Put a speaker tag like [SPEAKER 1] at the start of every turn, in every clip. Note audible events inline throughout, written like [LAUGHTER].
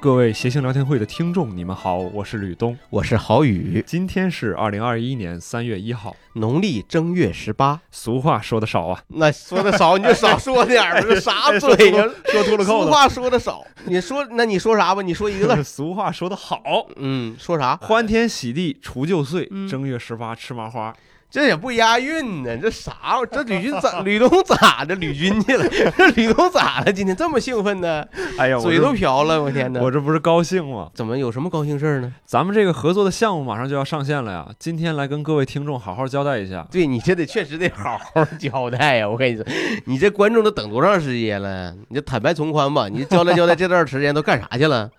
[SPEAKER 1] 各位谐星聊天会的听众，你们好，我是吕东。
[SPEAKER 2] 我是郝宇，
[SPEAKER 1] 今天是二零二一年三月一号，
[SPEAKER 2] 农历正月十八。
[SPEAKER 1] 俗话说的少啊，
[SPEAKER 2] 那说的少你就少说点儿吧，啥
[SPEAKER 1] 说
[SPEAKER 2] [LAUGHS] 嘴
[SPEAKER 1] 秃
[SPEAKER 2] 呀
[SPEAKER 1] 噜？说秃噜
[SPEAKER 2] 俗
[SPEAKER 1] 扣
[SPEAKER 2] 话哎说的少，你说那你说啥吧？你说一个字儿 [LAUGHS]
[SPEAKER 1] 的，。 [LAUGHS] 俗话说的好，
[SPEAKER 2] 嗯，说啥？
[SPEAKER 1] 欢天喜地除旧岁，
[SPEAKER 2] 嗯
[SPEAKER 1] 正月十八吃麻花。
[SPEAKER 2] 这也不押韵呢，这啥玩意儿？这吕军 [LAUGHS] 咋？吕东咋的？吕军去了？这吕东咋了？今天这么兴奋呢？
[SPEAKER 1] 哎呀，我
[SPEAKER 2] 嘴
[SPEAKER 1] 这
[SPEAKER 2] 都瓢了，我天哪！
[SPEAKER 1] 我这不是高兴吗？
[SPEAKER 2] 怎么有什么高兴事儿呢？
[SPEAKER 1] 咱们这个合作的项目马上就要上线了呀，今天来跟各位听众好好交代一下。
[SPEAKER 2] 对你这得确实得好好交代呀、我跟你说，你这观众都等多长时间了？你就坦白从宽吧，你交代交代这段时间都干啥去了？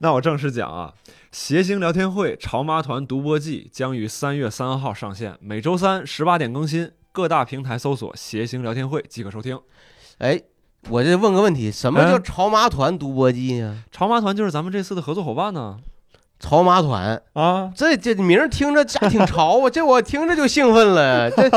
[SPEAKER 1] 那我正式讲啊，谐星聊天会《潮妈团独播季》将于三月三号上线，每周三十八点更新，各大平台搜索“谐星聊天会”即可收听。
[SPEAKER 2] 哎，我这问个问题，什么叫
[SPEAKER 1] 嗯
[SPEAKER 2] 潮麻团独播季呢？
[SPEAKER 1] 潮妈团就是咱们这次的合作伙伴呢。
[SPEAKER 2] 潮麻团，
[SPEAKER 1] 啊，
[SPEAKER 2] 这这名儿听着家挺潮啊，这我听着就兴奋了，这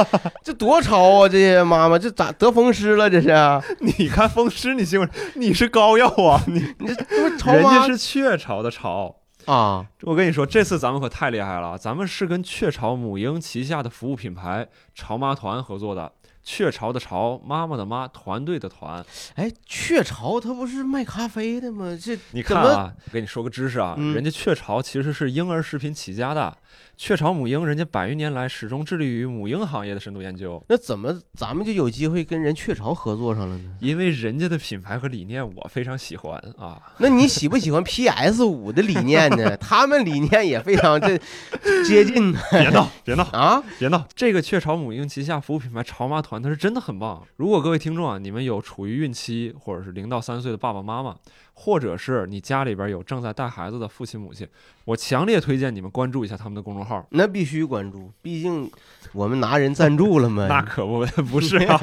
[SPEAKER 2] 这多潮啊！这些妈妈，这咋得风湿了？这
[SPEAKER 1] [LAUGHS]
[SPEAKER 2] 是啊
[SPEAKER 1] 你看风湿，你兴奋，你是膏药啊， [LAUGHS] 你
[SPEAKER 2] 你这这不潮
[SPEAKER 1] 人家
[SPEAKER 2] 妈
[SPEAKER 1] 是雀巢的巢。
[SPEAKER 2] 啊？
[SPEAKER 1] 我跟你说，这次咱们可太厉害了，咱们是跟雀巢母婴旗下的服务品牌潮妈团合作的。雀巢的巢，妈妈的妈，团队的团。
[SPEAKER 2] 哎，雀巢它不是卖咖啡的吗？这
[SPEAKER 1] 你看
[SPEAKER 2] 怎么
[SPEAKER 1] 啊，给你说个知识啊，
[SPEAKER 2] 嗯
[SPEAKER 1] 人家雀巢其实是婴儿食品起家的，雀巢母婴人家百余年来始终致力于母婴行业的深度研究，
[SPEAKER 2] 那怎么咱们就有机会跟人雀巢合作上了呢？ [LAUGHS]
[SPEAKER 1] 因为人家的品牌和理念我非常喜欢啊。
[SPEAKER 2] 那你喜不喜欢 PS 五的理念呢？ [LAUGHS] 他们理念也非常这接近呢
[SPEAKER 1] 别 [LAUGHS] 闹，别闹，
[SPEAKER 2] 啊！
[SPEAKER 1] 别闹！这个雀巢母婴旗下服务品牌潮妈团，它是真的很棒。如果各位听众啊，你们有处于孕期或者是零到三岁的爸爸妈妈，或者是你家里边有正在带孩子的父亲母亲，我强烈推荐你们关注一下他们的公众号。
[SPEAKER 2] 那必须关注，毕竟我们拿人赞助了嘛。
[SPEAKER 1] 那可 [LAUGHS] 不不是啊，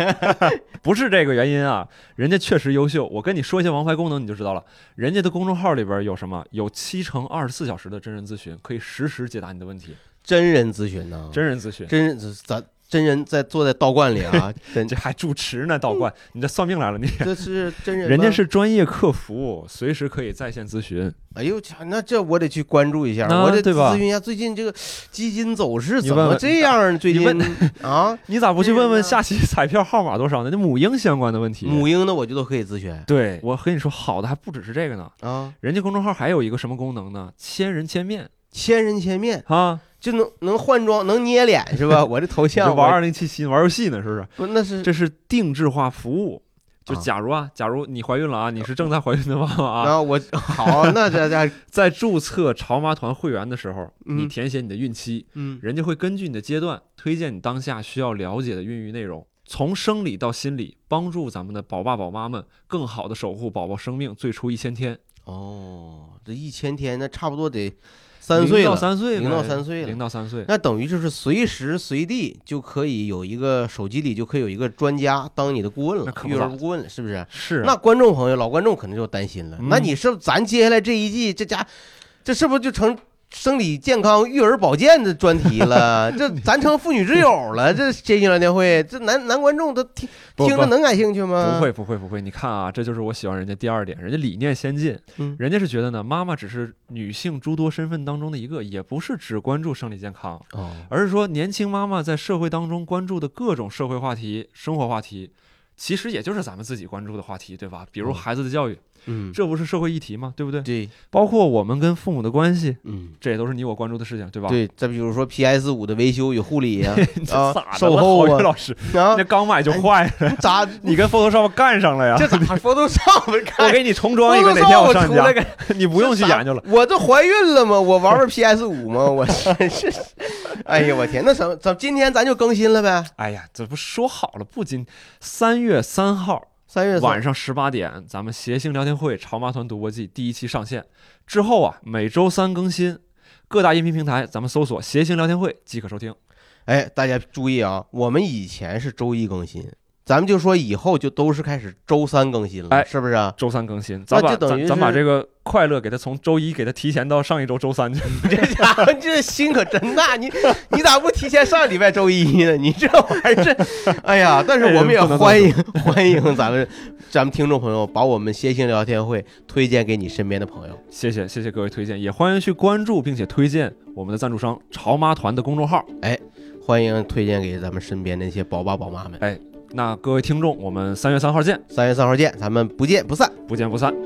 [SPEAKER 1] 不是这个原因啊，人家确实优秀。我跟你说一些王牌功能，你就知道了。人家的公众号里边有什么？有七乘二十四小时的真人咨询，可以实时解答你的问题，
[SPEAKER 2] 真人咨询呐，
[SPEAKER 1] 真人咨询。
[SPEAKER 2] 真人咱真人在坐在道观里
[SPEAKER 1] [LAUGHS]
[SPEAKER 2] 啊，真
[SPEAKER 1] 这还主持呢，道观，你这算命来了你。
[SPEAKER 2] 这是真人吗，
[SPEAKER 1] 人家是专业客服，随时可以在线咨询。
[SPEAKER 2] 哎呦，操那这我得去关注一下，
[SPEAKER 1] 啊
[SPEAKER 2] 我得
[SPEAKER 1] 对吧
[SPEAKER 2] 咨询一下最近这个基金走势
[SPEAKER 1] 你
[SPEAKER 2] 怎
[SPEAKER 1] 问
[SPEAKER 2] 么
[SPEAKER 1] 问
[SPEAKER 2] 这样啊？最
[SPEAKER 1] 你
[SPEAKER 2] 近
[SPEAKER 1] [LAUGHS]
[SPEAKER 2] 啊，
[SPEAKER 1] 你咋不去
[SPEAKER 2] 这人
[SPEAKER 1] 问问
[SPEAKER 2] 呢
[SPEAKER 1] 下期彩票号码多少呢？那母婴相关的问题。
[SPEAKER 2] 母婴的我就都可以咨询
[SPEAKER 1] 对我和你说，好的还不只是这个呢。
[SPEAKER 2] 啊，
[SPEAKER 1] 人家公众号还有一个什么功能呢？千人千面
[SPEAKER 2] 千人千面
[SPEAKER 1] 啊！
[SPEAKER 2] 就能能换装，能捏脸
[SPEAKER 1] [LAUGHS]
[SPEAKER 2] 是吧？我这头
[SPEAKER 1] 你这
[SPEAKER 2] 像
[SPEAKER 1] 玩
[SPEAKER 2] 我
[SPEAKER 1] 二零七七玩游戏呢，是不是？
[SPEAKER 2] 不那是
[SPEAKER 1] 这是定制化服务。就
[SPEAKER 2] 啊
[SPEAKER 1] 假如嗯啊，假如你怀孕了啊，你是正在怀孕的妈妈
[SPEAKER 2] 然
[SPEAKER 1] 啊，
[SPEAKER 2] 后我 [LAUGHS] 好，那这这
[SPEAKER 1] 在注册潮妈团会员的时候，
[SPEAKER 2] 嗯
[SPEAKER 1] 你填写你的孕期， [LAUGHS]
[SPEAKER 2] 嗯
[SPEAKER 1] 人家会根据你的阶段推荐你当下需要了解的孕育内容，从生理到心理，帮助咱们的宝爸宝妈们更好的守护宝宝生命最初一千天，
[SPEAKER 2] 哦，这一千天那差不多得三岁
[SPEAKER 1] 零
[SPEAKER 2] 了
[SPEAKER 1] 到，三岁了，
[SPEAKER 2] 零到三岁了
[SPEAKER 1] 零到三岁。
[SPEAKER 2] 那等于就是随时随地就可以有一个手机里就可以有一个专家当你的顾问
[SPEAKER 1] 那
[SPEAKER 2] 了，
[SPEAKER 1] 可不
[SPEAKER 2] 育儿
[SPEAKER 1] 咋
[SPEAKER 2] 顾问了，是不是？
[SPEAKER 1] 是啊
[SPEAKER 2] 那观众朋友、老观众肯定就担心了，那
[SPEAKER 1] 嗯
[SPEAKER 2] 你是不咱接下来这一季这家，这是不是就成生理健康、育儿保健的专
[SPEAKER 1] [LAUGHS]
[SPEAKER 2] 题了？这咱成妇女之友了？这谐星聊天会，这男男观众他听
[SPEAKER 1] 不
[SPEAKER 2] 听
[SPEAKER 1] 不
[SPEAKER 2] 着能感兴趣吗？
[SPEAKER 1] 不会，不会不会，你看啊，这就是我喜欢人家第二点，人家理念先进，
[SPEAKER 2] 嗯
[SPEAKER 1] 人家是觉得呢，妈妈只是女性诸多身份当中的一个，也不是只关注生理健康，
[SPEAKER 2] 哦，
[SPEAKER 1] 而是说年轻妈妈在社会当中关注的各种社会话题、生活话题，其实也就是咱们自己关注的话题，对吧？比如
[SPEAKER 2] 嗯
[SPEAKER 1] 孩子的教育，
[SPEAKER 2] 嗯，
[SPEAKER 1] 这不是社会议题吗？对不对？
[SPEAKER 2] 对，
[SPEAKER 1] 包括我们跟父母的关系，
[SPEAKER 2] 嗯。
[SPEAKER 1] 这也都是你我关注的事情，对吧？
[SPEAKER 2] 对，再比如说 PS 五的维修与护理呀
[SPEAKER 1] [LAUGHS] 你 [LAUGHS] 这
[SPEAKER 2] 啊
[SPEAKER 1] 咋的
[SPEAKER 2] 售
[SPEAKER 1] 了
[SPEAKER 2] 后
[SPEAKER 1] 郝宇
[SPEAKER 2] 啊
[SPEAKER 1] 老师，
[SPEAKER 2] 啊
[SPEAKER 1] 你这，刚买就坏了，
[SPEAKER 2] 你咋
[SPEAKER 1] 你跟 Photoshop 干上了呀？
[SPEAKER 2] 这
[SPEAKER 1] [LAUGHS]
[SPEAKER 2] 咋 Photoshop
[SPEAKER 1] 啊我
[SPEAKER 2] 看？
[SPEAKER 1] 给你重装一个，哪天
[SPEAKER 2] 我
[SPEAKER 1] 上
[SPEAKER 2] 出
[SPEAKER 1] 你家
[SPEAKER 2] 来，个，
[SPEAKER 1] 你不用去研究了。
[SPEAKER 2] 我这怀孕了吗？我玩玩 PS 五吗？
[SPEAKER 1] [LAUGHS]
[SPEAKER 2] 我真是，哎呀，我天，那什么，咱今天咱就更新了呗？
[SPEAKER 1] 哎呀，这不说好了，不仅三月三号
[SPEAKER 2] 三月
[SPEAKER 1] 晚
[SPEAKER 2] 上
[SPEAKER 1] 上十八点，咱们谐星聊天会《潮妈团独播季》第一期上线之后啊，每周三更新，各大音频平台咱们搜索“谐星聊天会”即可收听。
[SPEAKER 2] 哎，大家注意啊，我们以前是周一更新，咱们就说以后就都是开始周三更新了，
[SPEAKER 1] 哎
[SPEAKER 2] 是不是啊？ [LAUGHS]
[SPEAKER 1] 周三更新，咱
[SPEAKER 2] 那就
[SPEAKER 1] 把
[SPEAKER 2] 等于
[SPEAKER 1] 咱咱把
[SPEAKER 2] 是
[SPEAKER 1] 这个快乐给它从周一给它提前到上一周周三去。
[SPEAKER 2] 这家伙这心可真大，你你咋不提前上礼拜周一呢？你这玩意儿这，哎呀！但是我们也
[SPEAKER 1] 哎不能
[SPEAKER 2] 欢迎欢迎咱们咱们听众朋友把我们谐星聊天会推荐给你身边的朋友。
[SPEAKER 1] 谢谢谢谢各位推荐，也欢迎去关注并且推荐我们的赞助商潮妈团的公众号。
[SPEAKER 2] 欢迎推荐给咱们身边那些宝爸宝妈们。
[SPEAKER 1] 那各位听众，我们三月三号见，
[SPEAKER 2] 三月三号见，咱们不见不散。
[SPEAKER 1] 不见不散。